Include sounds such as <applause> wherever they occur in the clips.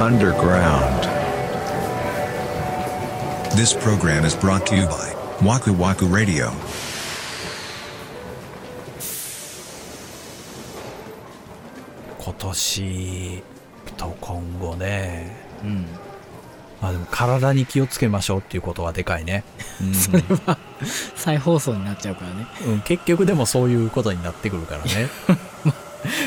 underground. This program is brought to you by Waku Waku Radio. 今年と今後ねうん。まあでも体に気をつけましょうっていうことはでかい <laughs> ね、それは再放送になっちゃうからね。うん、結局でもそういうことになってくるからね <laughs>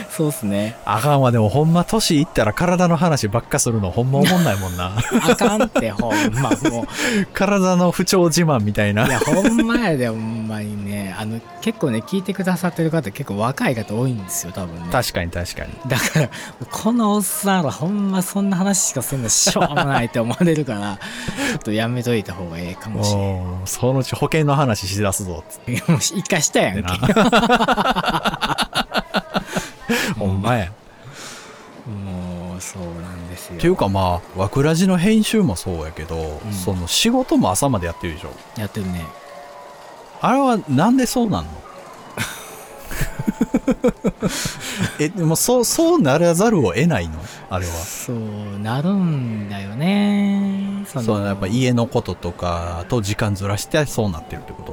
そうっすね。あかんわでもほんま年いったら体の話ばっかするのほんま思んないもん <laughs> なあかんって、ほんま、も。<laughs> 体の不調自慢みたいうないや、ほんまやで、ほんまにね。あの、結構ね、聞いてくださってる方、結構若い方多いんですよ、多分ね。確かに確かにだから、このおっさんら、ほんまそんな話しかせんのしょうもないって思われ <laughs> るから、ちょっとやめといた方がええかもしれん。おーそのうち保険の話しだすぞっつっいやもう一回したやてんけ。な <laughs> ほんまやもう、そうなんですっていよ。うかまあ和倉寺の編集もそうやけど、うんその仕事も朝までやってるでしょやってるね。あれはなんでそうなんの <laughs> えでもそうそうならざるを得ないのあれはそうなるんだよね。そそうやっぱ家のこととかと時間ずらしてそうなってるってこ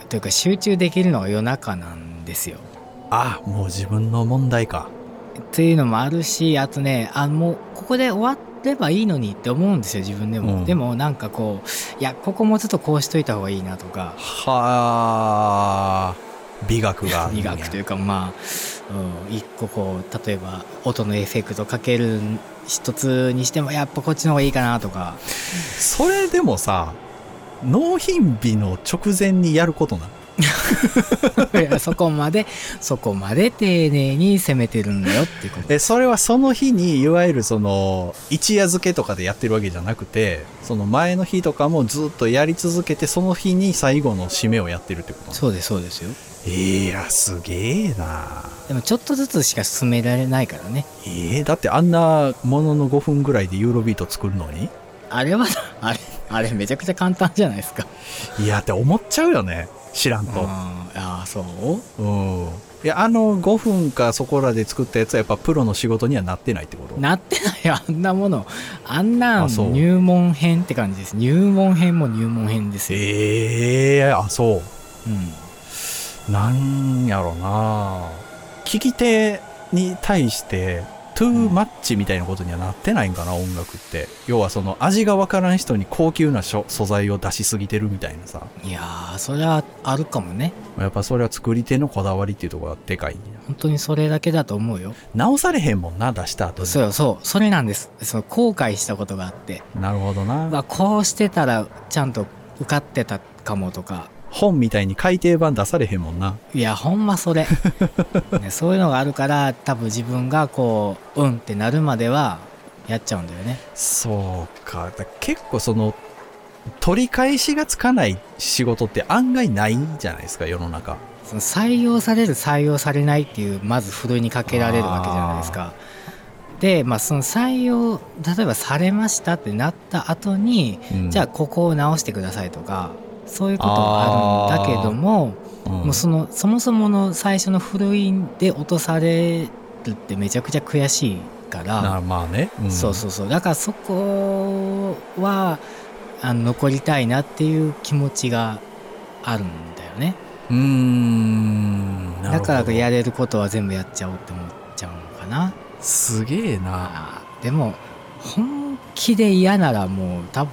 とというか集中できるのが夜中なんですよ。ああもう自分の問題かっていうのもあるしあとねあもうここで終わればいいのにって思うんですよ自分でも、うんでもなんかこういやここもうちょっとこうしといた方がいいなとかはあ <laughs> 美学があるん医や学というかまあ、うん、一個こう例えば音のエフェクトかける一つにしてもやっぱこっちの方がいいかなと <laughs> かそれでもさ納品日の直前にやることなのいやそこまでそこまで丁寧に攻めてるんだよっていうことえそれはその日にいわゆるその一夜漬けとかでやってるわけじゃなくてその前の日とかもずっとやり続けてその日に最後の締めをやってるってことなのそうですそうですよいやすげえなでもちょっとずつしか進められないからねえーだってあんなものの5分ぐらいでユーロビート作るのにあれは <laughs> あれあれめちゃくちゃ簡単じゃないですかいやって思っちゃうよね知らんとああーそううんいやあの5分かそこらで作ったやつはやっぱプロの仕事にはなってないってことなってないあんなものあんなあそうん入門編って感じです入門編も入門編ですよ、ええあそううん、なんやろな聞き手に対してトゥーマッチみたいなことにはなってないんかな、音楽って要はその味がわからん人に高級なしょ素材を出しすぎてるみたいなさいやーそれはあるかもねやっぱそれは作り手のこだわりっていうところがでかいんや本当にそれだけだと思うよ直されへんもんな出した後にそうよそうそれなんですその後悔したことがあってなるほどうなわこうしてたらちゃんと受かってたかもとか本みたいに改訂版出されへんもんないやほんまそれ、 <laughs> ね、そういうのがあるから多分自分がこううんってなるまではやっちゃうんだよねそうかだ結構その取り返しがつかない仕事って案外ないんじゃないですか世の中その採用される採用されないっていうまずふるいにかけられるわけじゃないですかでまあその採用例えばされましたってなった後に、うんじゃあここを直してくださいとかそういうこともあるんだけども、うんもうそのそもそもの最初のふるいで落とされるってめちゃくちゃ悔しいからなまあね、んそうそうそうだからそこはあの残りたいなっていう気持ちがあるんだよねうーんなるだほどからやれることは全部やっちゃおうって思っちゃうのかなすげえなあーでも本気で嫌ならもう多分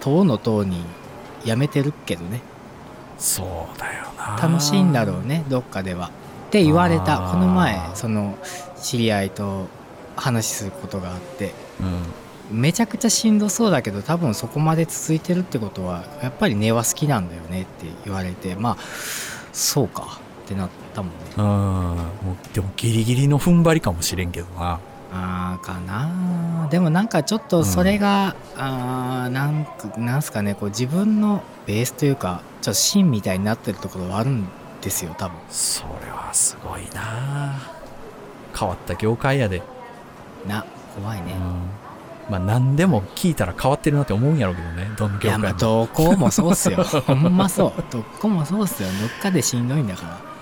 党の党にやめてるけどねそうだよな楽しいんだろうねどっかではって言われあたーこの前その知り合いと話することがあってうんめちゃくちゃしんどそうだけど多分そこまで続いてるってことはやっぱり根は好きなんだよねって言われてまあそうかってなったもんねうんもうでもギリギリの踏ん張りかもしれんけどなあーかなーでもなんかちょっとそれが、あーなんかなんすかねこう自分のベースというかちょっと芯みたいになってるところはあるんですよ多分それはすごいな変わった業界やで、な怖いねうん、まあ何でも聞いたら変わってるなって思うんやろうけどねどのい業や界まあもどこもそうっすよほんまそうどこもそうっすよどっかでしんどいんだか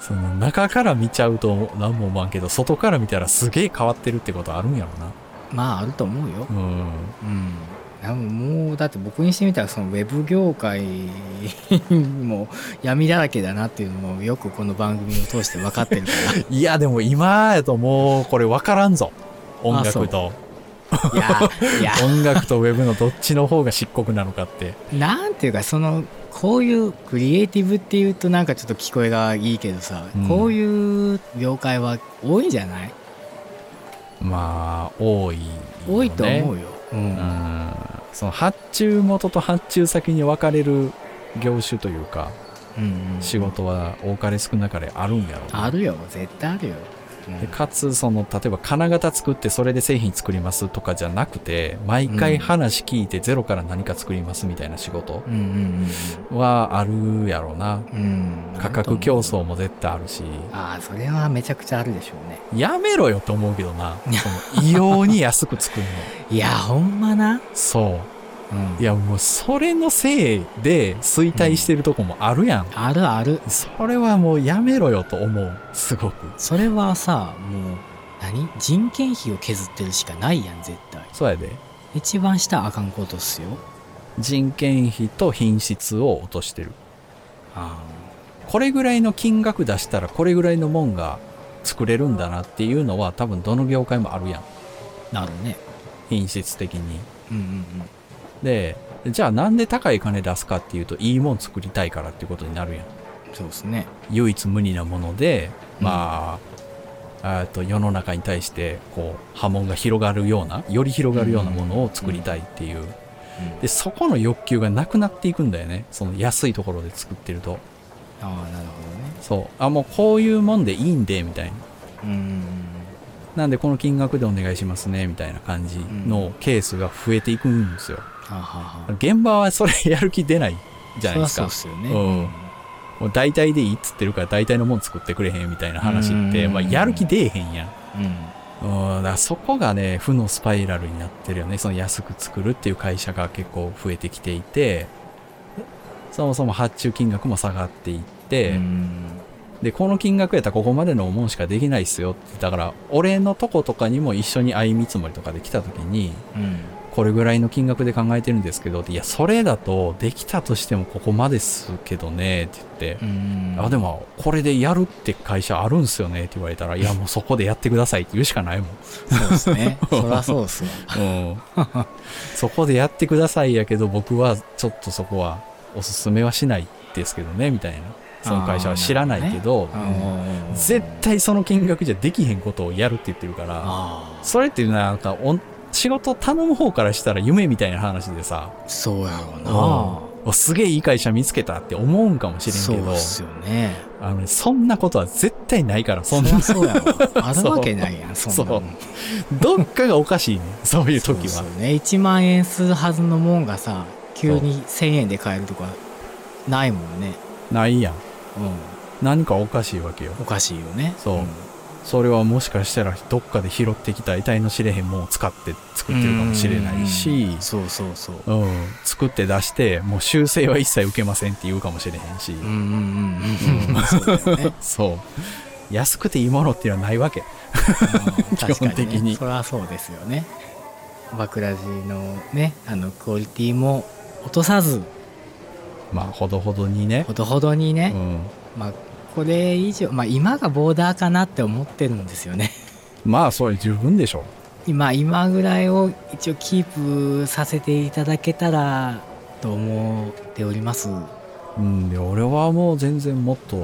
その中から見ちゃうと何も思わんけど外から見たらすげえ変わってるってことあるんやろうならまああると思うようんうん多分もうだって僕にしてみたらそのウェブ業界 <laughs> も闇だらけだなっていうのもよくこの番組を通して分かってるかいやでも今やともうこれ分からんぞ音楽とらいやいや音楽とウェブのどっちの方が漆黒なのか <laughs> ってなんていうかそのこういうクリエイティブっていうとなんかちょっと聞こえがいいけどさ、うんこういう業界は多いんじゃないまあ多いよね、多いと思うよ、うんうんその発注元と発注先に分かれる業種というかうんうん仕事は多かれ少なかれあるんやろうなあるよ絶対あるよ、うんでかつその例えば金型作ってそれで製品作りますとかじゃなくて毎回話聞いてゼロから何か作りますみたいな仕事うんうんはあるやろうなうんうんうん価格競あると思争うも絶対あるしああそれはめちゃくちゃあるでしょうねやめろよって思うけどなその異様に安く作るの <laughs> いやほんまな、そうんういやもうそれのせいで衰退してるとこもあるやん、あるあるそれはもうやめろよと思うすごくそれはさもう何人件費を削ってるしかないやん絶対そうやで一番下あかんことっすよ人件費と品質を落としてるあこれぐらいの金額出したらこれぐらいのもんが作れるんだなっていうのは多分どの業界もあるやんあなるね品質的にうんうんうんでじゃあなんで高い金出すかっていうといいもん作りたいからっていうことになるやんそうですね。唯一無二なものでまあ、えっと世の中に対してこう波紋が広がるようなより広がるようなものを作りたいっていうでそこの欲求がなくなっていくんだよねその安いところで作ってるとああ、なるほどね。そうあもうこういうもんでいいんでみたいなうん。なんでこの金額でお願いしますねみたいな感じのケースが増えていくんですよ。ははは現場はそれやる気出ないじゃないですそりゃそうかっ。すよね。うんもう大体でいいっつってるから大体のもん作ってくれへんみたいな話って、うんまあ、やる気出えへんやん。うん。うん、だからそこがね、負のスパイラルになってるよね。その安く作るっていう会社が結構増えてきていて、そもそも発注金額も下がっていって、うんで、この金額やったらここまでのもんしかできないっすよって、だから、俺のとことかにも一緒に相見積もりとかで来た時に、うん。これぐらいの金額で考えてるんですけどって、いや、それだと、できたとしてもここまでっすけどね、って言ってう、ん。あ、でも、これでやるって会社あるんすよねって言われたら、いや、もうそこでやってくださいって言うしかないもん。そう <laughs> ですね。そりゃそうっすわ。うん、そこでやってくださいやけど、僕はちょっとそこはおすすめはしないですけどね、みたいな。その会社は知らないけど、あー絶対その金額じゃできへんことをやるって言ってるから、あそれっていうのはなんかおん仕事頼む方からしたら夢みたいな話でさ、あ。そうやろうな。おすげえいい会社見つけたって思うんかもしそれんけうどっ、すよね。あのねそんなことは絶対ないから、そそんりなゃ、そうやろ。あるわけない <laughs> やん、そそううなもん。どっかがおかしいね、そういうそうっ時すはよ。ね。1万円するはずのもんがさ、急に1000円で買えるとか、ないもんね。ないやん。う何かおかしいわけよ。ん。おかしいよね。そうんそれはもしかしたらどっかで拾ってきた得体の知れへんものを使って作ってるかもしれないうんうんしうん、そうそうそううん、作って出して、もう修正は一切受けませんって言うかもしれへんし、うんうんうんうんそうだよねそう。安くていいものっていうのはないわけ。うん確か基本的ににねそれはそうですよねバクラジのねあのクオリティも落とさずまあ、ほどほどにねほ。どほどにねう、ん。まあこれ以上まあ今がボーダーかなって思ってるんですよねまあ、それ十分でしょ。今今ぐらいを一応キープさせていただけたらと思っておりますうん、で、俺はもう全然もっと、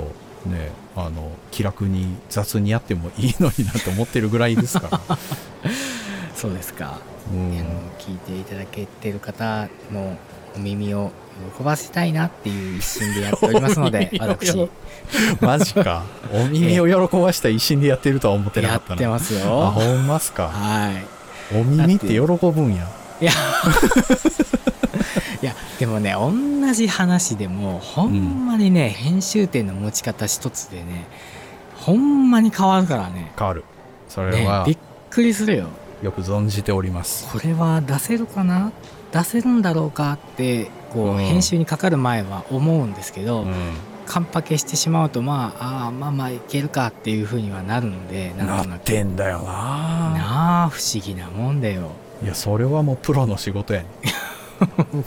ね、あの、気楽に雑にやってもいいのになって思ってるぐらいですから。そうですかうあ <laughs> のん。聞いていただけてる方のお耳を喜ばせたいなっていう一心でやっておりますのでお耳を私喜マジか。お耳を喜ばした一心でやってるとは思ってなかやっったてな。ますあ、よほんますか。はお耳って喜ぶんや。いいやいやでもね同じ話でもほんまにね、編集点の持ち方一つでねほんまに変わるからね変わる。それねはびっくりするよよく存じております。これは出せるかな出せるんだろうかってこう、うん編集にかかる前は思うんですけど、うん。カンパケしてしまうとまああーまあまあいけるかっていうふうにはなるのでなんとなくってんだよななあ不思議なもんだよいやそれはもうプロの仕事やね <laughs>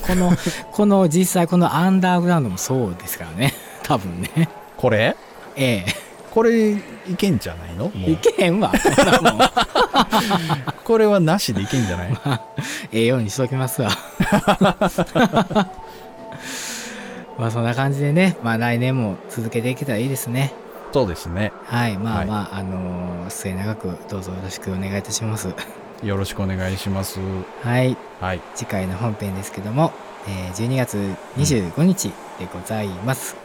このこの実際このアンダーグラウンドもそうですからね <laughs> 多分ねこれえこれいけんじゃないのもえいうけへんわこんなもん <laughs> これはなしでいけんじゃ <laughs> ないええようにしときますわ <laughs> まあそんな感じでね、まあ、来年も続けていけたらいいですねそうですねはいまあはいまあ、あのー末永くどうぞよろしくお願いいたしますよろしくお願いしますはいはい次回の本編ですけども、えー12月25日でございます。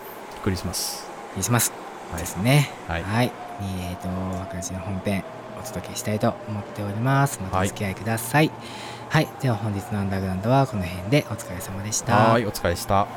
クリスマス失礼します。はいですね。ははいい。にえっ、と、若字の本編お届けしたいと思っております。またおはい付き合いください。はい。では本日のアンダーグラウンドはこの辺でお疲れ様でした。はーいお疲れした